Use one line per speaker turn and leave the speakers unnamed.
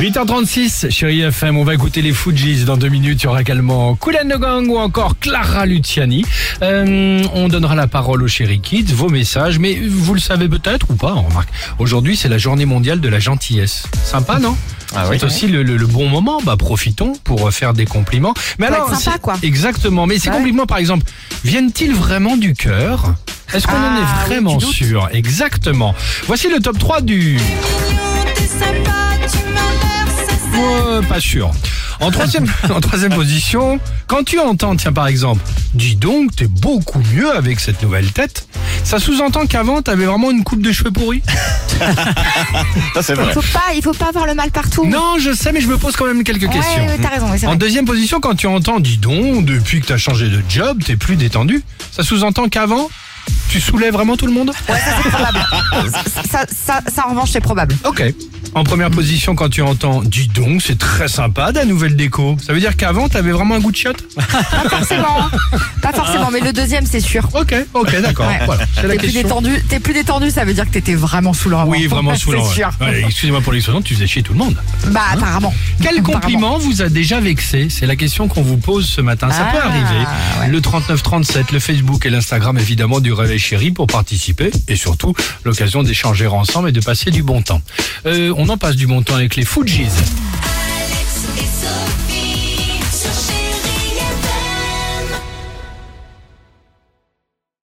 8h36, chérie FM, on va écouter les Fujis dans deux minutes. Il y aura également Kulan de Gang ou encore Clara Luciani. Euh, on donnera la parole aux chéri kids, vos messages, mais vous le savez peut-être ou pas, remarque. Aujourd'hui, c'est la journée mondiale de la gentillesse. Sympa, non
Ah
c'est
oui.
aussi le, le- le bon moment, bah profitons pour euh, faire des compliments. Mais
Faut
alors,
être sympa,
c'est-
quoi.
exactement. Mais ces
Ouais.
compliments, par exemple, viennent-ils vraiment du cœur Est-ce qu'on en
Ah,
est
oui,
vraiment
tu doutes.
sûr Exactement. Voici le top 3 du. Euh, pas sûr. En troisième, en troisième position, quand tu entends, tiens par exemple, dis donc, t'es beaucoup mieux avec cette nouvelle tête, ça sous-entend qu'avant, t'avais vraiment une coupe de cheveux pourris.
Ça c'est vrai.
Faut pas, il faut pas avoir le mal partout.
Non, je sais, mais je me pose quand même quelques
Ouais,
questions.
ouais, t'as raison, ouais, c'est
en
vrai.
deuxième position, quand tu entends, dis donc, depuis que t'as changé de job, t'es plus détendu, ça sous-entend qu'avant, tu soulèves vraiment tout le monde
Ça, ça, ça, en revanche, c'est probable.
Ok. En première position, quand tu entends, dis donc, c'est très sympa, la nouvelle déco, ça veut dire qu'avant, t'avais vraiment un goût de chiotte
Pas forcément. hein. Pas forcément, mais le deuxième, c'est sûr.
Ok, ok, d'accord.
Ouais.
Voilà, c'est la
T'es plus
question.
détendu, t'es plus détendu, ça veut dire que t'étais vraiment sous l'envoi.
Oui, vraiment saoulant.
C'est
ouais.
sûr.
Ouais, Excusez-moi pour l'expression, tu faisais chier tout le monde.
Bah, apparemment.
Quel
Apparemment.
compliment vous a déjà vexé C'est la question qu'on vous pose ce matin. Ça
Ah,
peut arriver.
ouais.
Le 3937, le Facebook et l'Instagram évidemment du Réveil Chéri pour participer et surtout l'occasion d'échanger ensemble et de passer du bon temps. Euh, on en passe du bon temps avec les Fujis.
Alex et Sophie.